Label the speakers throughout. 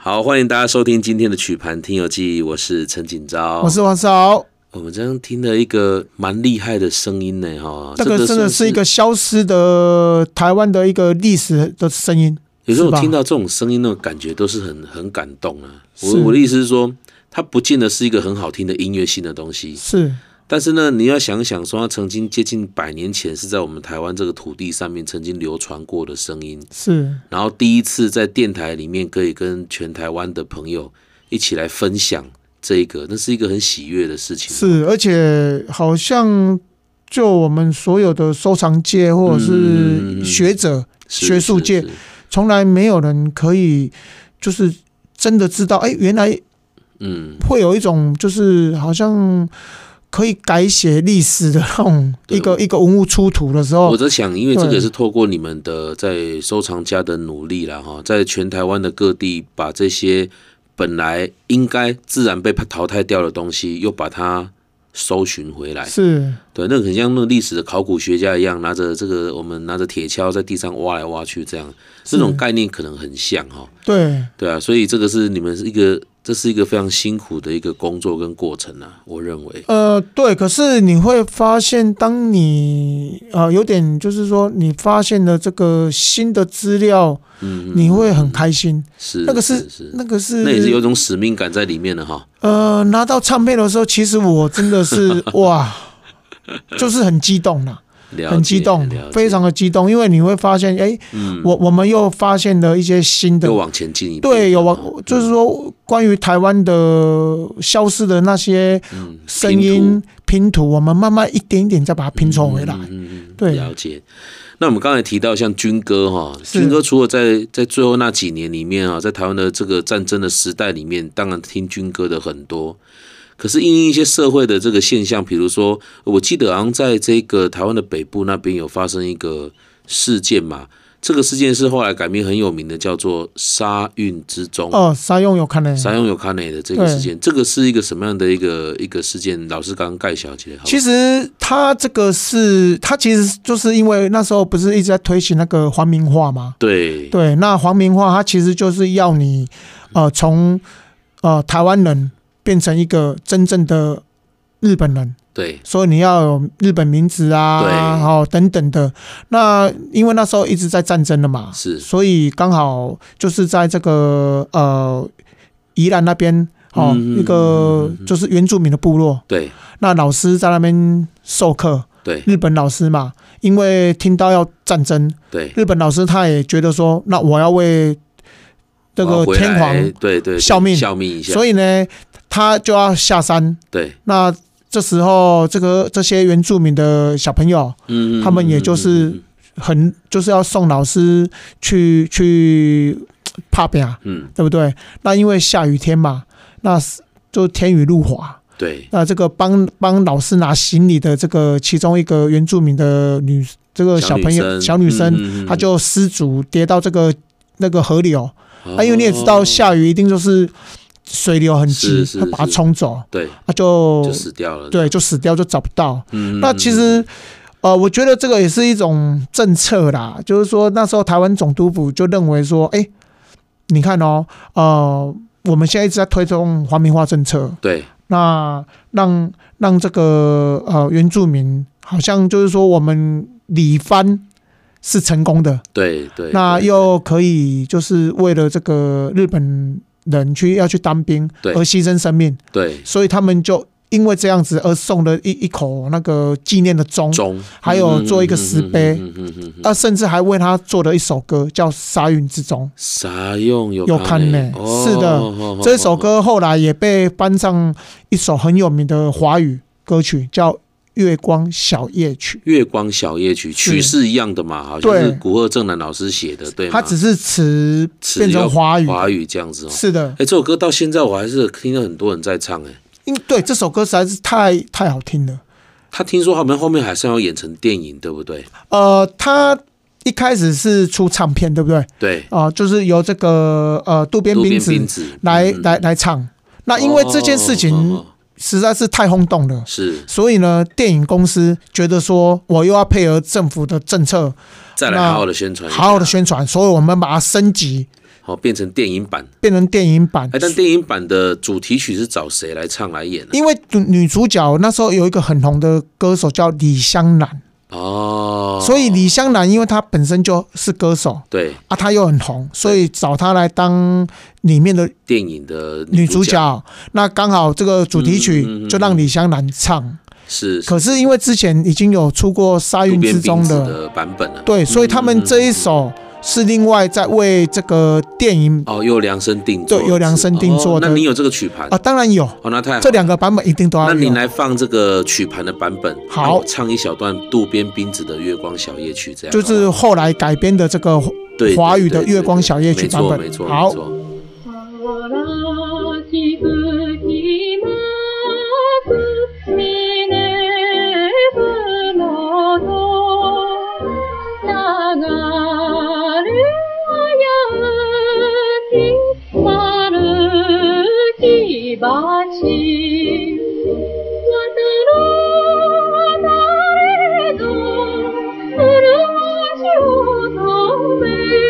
Speaker 1: 好，欢迎大家收听今天的曲盘听友记，我是陈景昭，
Speaker 2: 我是王少，
Speaker 1: 我们这样听了一个蛮厉害的声音呢，哈，
Speaker 2: 这个真的是一个消失的台湾的一个历史的声音。
Speaker 1: 有时候
Speaker 2: 是吧
Speaker 1: 听到这种声音，那种感觉都是很很感动啊。我
Speaker 2: 是
Speaker 1: 我的意思是说，它不见得是一个很好听的音乐性的东西，
Speaker 2: 是
Speaker 1: 但是呢，你要想想说，它曾经接近百年前是在我们台湾这个土地上面曾经流传过的声音，
Speaker 2: 是
Speaker 1: 然后第一次在电台里面可以跟全台湾的朋友一起来分享这个，那是一个很喜悦的事情。
Speaker 2: 是，而且好像就我们所有的收藏界或者
Speaker 1: 嗯
Speaker 2: 是学者，
Speaker 1: 是
Speaker 2: 学术界
Speaker 1: 是是
Speaker 2: 从来没有人可以就是真的知道，哎，原来
Speaker 1: 嗯，
Speaker 2: 会有一种就是好像可以改写历史的那种
Speaker 1: 对
Speaker 2: 一个一个文物出土的时候
Speaker 1: 我，在想，因为这个
Speaker 2: 对
Speaker 1: 也是透过你们的在收藏家的努力啦，哈，在全台湾的各地把这些本来应该自然被淘汰掉的东西，又把它搜寻回来。
Speaker 2: 是
Speaker 1: 对，那个很像那个历史的考古学家一样，拿着这个我们拿着铁锹在地上挖来挖去，这样这种
Speaker 2: 是
Speaker 1: 概念可能很像哈、
Speaker 2: 对。
Speaker 1: 对啊，所以这个是你们是一个，这是一个非常辛苦的一个工作跟过程啊，我认为。
Speaker 2: 呃，对，可是你会发现，当你呃有点就是说，你发现了这个新的资料，
Speaker 1: 嗯，
Speaker 2: 你会很开心。
Speaker 1: 是
Speaker 2: 那个
Speaker 1: 是
Speaker 2: 是
Speaker 1: 是，
Speaker 2: 那个是
Speaker 1: 那也是有一种使命感在里面的哈。
Speaker 2: 呃，拿到唱片的时候，其实我真 的是哇，就是很激动啦，
Speaker 1: 了解
Speaker 2: 很激
Speaker 1: 了
Speaker 2: 动
Speaker 1: 解，
Speaker 2: 非常的激动，因为你会发现，哎，
Speaker 1: 嗯，
Speaker 2: 我我们又发现了一些新的
Speaker 1: 又。往前进一步。
Speaker 2: 对，有
Speaker 1: 往
Speaker 2: 我就是说，关于台湾的消失的那些
Speaker 1: 嗯
Speaker 2: 声音拼图，我们慢慢一点一点再把它拼凑回来。
Speaker 1: 嗯嗯嗯嗯
Speaker 2: 对
Speaker 1: 了解。那我们刚才提到像军歌哈，
Speaker 2: 是
Speaker 1: 军歌除了在在最后那几年里面啊，在台湾的这个战争的时代里面，当然听军歌的很多。可是因应一些社会的这个现象，比如说，我记得好像在这个台湾的北部那边有发生一个事件嘛，这个事件是后来改名很有名的，叫做“沙运之中”。
Speaker 2: 哦，沙用有看呢。
Speaker 1: 沙用有卡内的这个
Speaker 2: 对
Speaker 1: 事件，这个是一个什么样的一个一个事件？老师刚刚盖小姐，好吧
Speaker 2: 其实他这个是，他其实就是因为那时候不是一直在推行那个皇民化嘛？
Speaker 1: 对
Speaker 2: 对，那皇民化它其实就是要你，呃，从呃台湾人变成一个真正的日本人，
Speaker 1: 对
Speaker 2: 所以你要有日本名字啊，
Speaker 1: 对
Speaker 2: 然后等等的。那因为那时候一直在战争了嘛，
Speaker 1: 是
Speaker 2: 所以刚好就是在这个呃宜兰那边哦，
Speaker 1: 嗯
Speaker 2: 一个就是原住民的部落，
Speaker 1: 对
Speaker 2: 那老师在那边授课，
Speaker 1: 对
Speaker 2: 日本老师嘛，因为听到要战争，
Speaker 1: 对，
Speaker 2: 日本老师他也觉得说，那我要为这
Speaker 1: 我要
Speaker 2: 个
Speaker 1: 回
Speaker 2: 天
Speaker 1: 来
Speaker 2: 皇，
Speaker 1: 对对对
Speaker 2: 效命
Speaker 1: 效命一下，
Speaker 2: 所
Speaker 1: 以
Speaker 2: 以呢，他就要下山。
Speaker 1: 对，
Speaker 2: 那这时候，这个这些原住民的小朋友
Speaker 1: 嗯
Speaker 2: 他们也就是
Speaker 1: 嗯
Speaker 2: 很就是要送老师去去怕病，
Speaker 1: 嗯
Speaker 2: 对不对？那因为下雨天嘛，那是就天雨路滑，
Speaker 1: 对
Speaker 2: 那这个帮帮老师拿行李的这个其中一个原住民的女，这个小朋友小女生，
Speaker 1: 嗯嗯嗯
Speaker 2: 她就失足跌到这个那个河流，
Speaker 1: 哦
Speaker 2: 啊，因为你也知道下雨一定就是水流很急
Speaker 1: 是是，
Speaker 2: 她把它
Speaker 1: 是
Speaker 2: 冲走，
Speaker 1: 对
Speaker 2: 她就
Speaker 1: 就死掉了，
Speaker 2: 哦对就死掉就找不到。
Speaker 1: 嗯，嗯
Speaker 2: 那其实
Speaker 1: 嗯。
Speaker 2: 呃，我觉得这个也是一种政策啦，就是说那时候台湾总督府就认为说，哎、你看哦，呃，我们现在一直在推动华民化政策，
Speaker 1: 对
Speaker 2: 那让让这个呃原住民，好像就是说我们理番是成功的，
Speaker 1: 对对，
Speaker 2: 那
Speaker 1: 对
Speaker 2: 又可以就是为了这个日本人去要去当兵
Speaker 1: 对
Speaker 2: 而牺牲生命，
Speaker 1: 对
Speaker 2: 所以他们就因为这样子而送了一一口那个纪念的钟，
Speaker 1: 中，
Speaker 2: 还有做一个石碑
Speaker 1: 嗯，嗯嗯嗯嗯嗯嗯
Speaker 2: 啊，甚至还为他做了一首歌叫《沙运之钟》。
Speaker 1: 啥用有
Speaker 2: 有
Speaker 1: 看
Speaker 2: 看呢
Speaker 1: 哦
Speaker 2: 是的
Speaker 1: 好好好
Speaker 2: 这
Speaker 1: 好
Speaker 2: 首歌后来也被搬上一首很有名的华语歌曲，叫《月光小夜曲
Speaker 1: 月光小夜曲》，曲
Speaker 2: 是
Speaker 1: 是一样的嘛，好像
Speaker 2: 对
Speaker 1: 是古贺正男老师写的，对》，吗？
Speaker 2: 它只是词
Speaker 1: 词
Speaker 2: 变
Speaker 1: 有
Speaker 2: 成华语。
Speaker 1: 华语这样子哦。
Speaker 2: 是的
Speaker 1: 哎、，这首歌到现在我还是听到很多人在唱、哎，
Speaker 2: 因对这首歌实在是太太好听了。
Speaker 1: 他听说他们后面好像要演成电影，对不对？
Speaker 2: 呃，它一开始是出唱片，对不对？
Speaker 1: 对，
Speaker 2: 啊、就是由这个呃渡边
Speaker 1: 渡
Speaker 2: 彬
Speaker 1: 边
Speaker 2: 子
Speaker 1: 彬子
Speaker 2: 来、
Speaker 1: 嗯
Speaker 2: 来来唱。那因为这件事
Speaker 1: 哦
Speaker 2: 情
Speaker 1: 哦哦
Speaker 2: 实在是太轰动了，
Speaker 1: 是
Speaker 2: 所以呢，电影公司觉得说，我又要配合政府的政策，
Speaker 1: 再来
Speaker 2: 那
Speaker 1: 好好的宣传一下，
Speaker 2: 好好的宣传，所以我们把它升级，
Speaker 1: 哦，变成电影版。
Speaker 2: 变成电影版
Speaker 1: 哎，。但电影版的主题曲是找谁来唱来演呢、啊
Speaker 2: 因为女女主角那时候有一个很红的歌手叫李香兰，
Speaker 1: 哦，
Speaker 2: 所以李香兰因为她本身就是歌手
Speaker 1: 对
Speaker 2: 啊，她又很红，所以找她来当里面的
Speaker 1: 电影的
Speaker 2: 女
Speaker 1: 主
Speaker 2: 主角。那刚好这个主题
Speaker 1: 嗯嗯嗯
Speaker 2: 曲
Speaker 1: 嗯
Speaker 2: 就让李香兰唱。
Speaker 1: 是是
Speaker 2: 可是因为之前已经有出过《沙
Speaker 1: 渡
Speaker 2: 运
Speaker 1: 边
Speaker 2: 之
Speaker 1: 冰
Speaker 2: 中
Speaker 1: 子
Speaker 2: 的，
Speaker 1: 的版本了。啊
Speaker 2: 对，所以他们这一首是另外在为这个电影
Speaker 1: 哦，又量身定做，
Speaker 2: 对又量身定做
Speaker 1: 哦
Speaker 2: 的
Speaker 1: 那你有这个曲盘
Speaker 2: 啊，当然有
Speaker 1: 哦，那太好
Speaker 2: 这。两个版本一定都要
Speaker 1: 那你
Speaker 2: 有。
Speaker 1: 来放这个曲盘的版本，
Speaker 2: 好
Speaker 1: 那我唱一小段渡边冰子的《月光小夜曲》，这样
Speaker 2: 就是后来改编的这个
Speaker 1: 对
Speaker 2: 华语的
Speaker 1: 对对
Speaker 2: 月光小夜曲
Speaker 1: 没错
Speaker 2: 版本
Speaker 1: 没错，没
Speaker 2: 好
Speaker 1: 错
Speaker 3: 그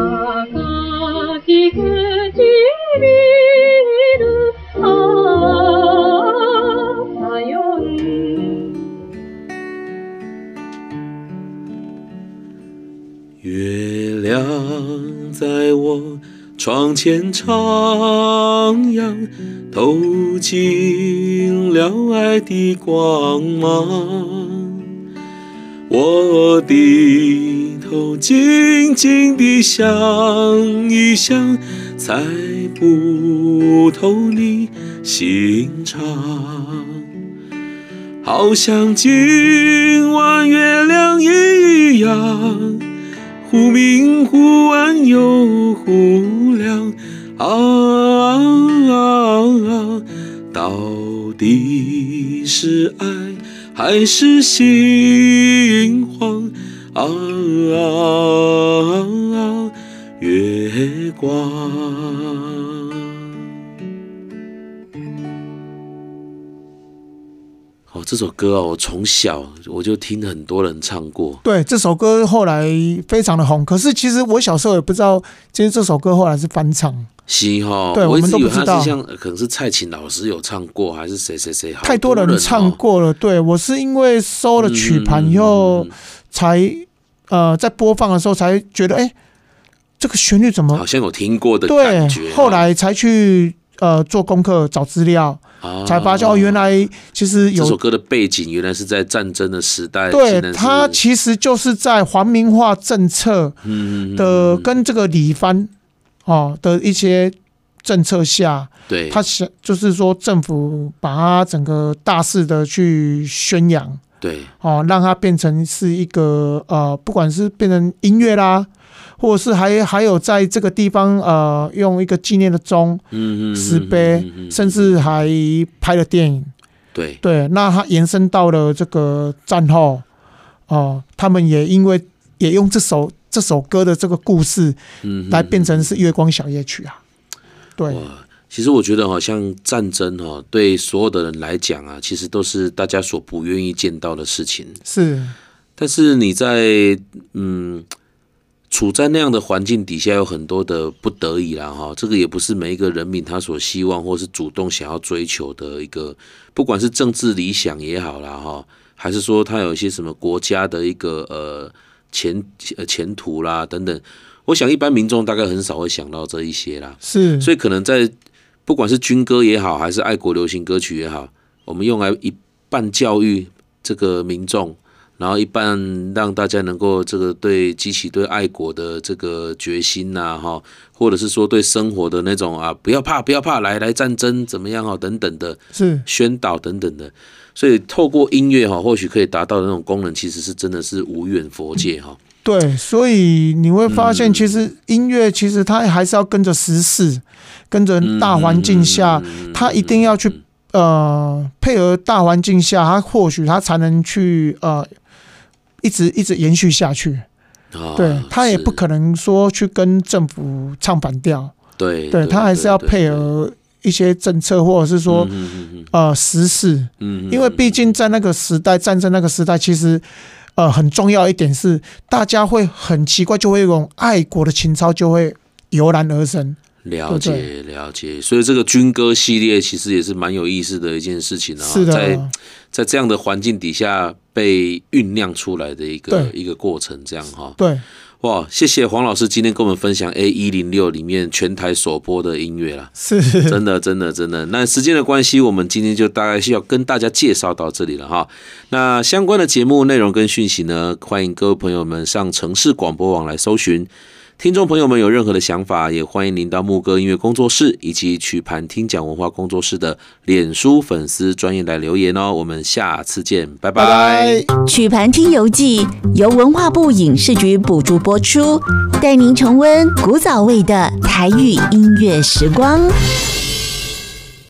Speaker 3: 아가기그지리르 아사연
Speaker 1: 月亮在我窗前徜徉，透进了爱的光芒。我低头静静地想一想，猜不透你心肠。好像今晚月亮一样，忽明忽暗又忽亮，啊啊啊！到底是爱还是心慌？啊啊啊！月光。哦，这首歌啊，我从小我就听很多人唱过。
Speaker 2: 对，这首歌后来非常的红。可是其实我小时候也不知道，其实这首歌后来是翻唱，
Speaker 1: 西哈，
Speaker 2: 对
Speaker 1: 哦我一
Speaker 2: 我
Speaker 1: 直
Speaker 2: 们都
Speaker 1: 以
Speaker 2: 不
Speaker 1: 为他
Speaker 2: 知道
Speaker 1: 是像，呃可能是蔡琴老师有唱过，还是谁谁谁？好
Speaker 2: 太多人唱
Speaker 1: 哦，
Speaker 2: 过了。对我是因为收了曲盘以后
Speaker 1: 嗯
Speaker 2: 才，呃，在播放的时候才觉得，哎，这个旋律怎
Speaker 1: 好
Speaker 2: 么
Speaker 1: 像有听过的
Speaker 2: 对
Speaker 1: 感觉。？
Speaker 2: 后来才去呃做功课找资料，
Speaker 1: 哦
Speaker 2: 才发现哦，原来其实
Speaker 1: 这首
Speaker 2: 有。
Speaker 1: 歌的背景原来是在战争的时代。
Speaker 2: 对
Speaker 1: 竟然，是
Speaker 2: 它其实就是在皇民化政策
Speaker 1: 嗯
Speaker 2: 的跟这个李帆哦的一些政策下，
Speaker 1: 对
Speaker 2: 他想就是说政府把它整个大肆的去宣扬
Speaker 1: 对
Speaker 2: 哦，让它变成是一个呃，不管是变成音乐啦，或者是还还有在这个地方呃，用一个纪念的钟、
Speaker 1: 嗯嗯
Speaker 2: 石碑，甚
Speaker 1: 至
Speaker 2: 至还拍了电影。
Speaker 1: 对
Speaker 2: 对，那它延伸到了这个战后哦、他们也因为也用这首这首歌的这个故事
Speaker 1: 嗯
Speaker 2: 来变成是《月光小夜曲》啊。对，
Speaker 1: 哇，其实我觉得好像战争哦，对所有的人来讲啊，其实都是大家所不愿意见到的事情。
Speaker 2: 是
Speaker 1: 但是你在嗯处在那样的环境底下，有很多的不得已啦哈，这个也不是每一个人民他所希望或是主动想要追求的一个，不管是政治理想也好啦哈，还是说他有一些什么国家的一个呃前呃前途啦等等，我想一般民众大概很少会想到这一些啦。
Speaker 2: 是，
Speaker 1: 所以可能在不管是军歌也好，还是爱国流行歌曲也好，我们用来一半教育这个民众，然后一半让大家能够这个对激起对爱国的这个决心呐、哈，或者是说对生活的那种啊，不要怕，不要怕，来来战争怎么样哦，等等的
Speaker 2: 是
Speaker 1: 宣导等等的。所以透过音乐哈、或许可以达到的那种功能，其实是真的是无远佛界哈、
Speaker 2: 对，所以你会发现，
Speaker 1: 嗯
Speaker 2: 其实音乐其实它还是要跟着时事，跟着大环境下，
Speaker 1: 嗯
Speaker 2: 它一定要去呃配合大环境下，它或许它才能去呃一直一直延续下去。
Speaker 1: 啊
Speaker 2: 对，它也
Speaker 1: 是
Speaker 2: 不可能说去跟政府唱反调，
Speaker 1: 对，
Speaker 2: 对，它还是要配，合一些政策或者是
Speaker 1: 对对
Speaker 2: 说
Speaker 1: 嗯嗯嗯嗯
Speaker 2: 呃时事，
Speaker 1: 嗯，
Speaker 2: 因为毕竟在那个时代战争那个时代，其实呃很重要一点是，大家会很奇怪，就会有一种爱国的情操就会油然而生。
Speaker 1: 了
Speaker 2: 对
Speaker 1: 解了解，所以这个军歌系列其实也是蛮有意思的一件事情啊，
Speaker 2: 是
Speaker 1: 在
Speaker 2: 的，
Speaker 1: 在这样的环境底下被酝酿出来的一个
Speaker 2: 对
Speaker 1: 一个过程，这样哈、
Speaker 2: 对，
Speaker 1: 哇，谢谢黄老师今天跟我们分享 A 一零六里面全台首播的音乐啦，
Speaker 2: 是，
Speaker 1: 真的真的真的。那时间的关系，我们今天就大概是要跟大家介绍到这里了哈。那相关的节目内容跟讯息呢，欢迎各位朋友们上城市广播网来搜寻。听众朋友们有任何的想法，也欢迎您到牧歌音乐工作室以及曲盘听讲文化工作室的脸书粉丝专业来留言哦。我们下次见，拜
Speaker 2: 拜拜。
Speaker 4: 曲盘听游记由文化部影视局补助播出，带您重温古早味的台语音乐时光。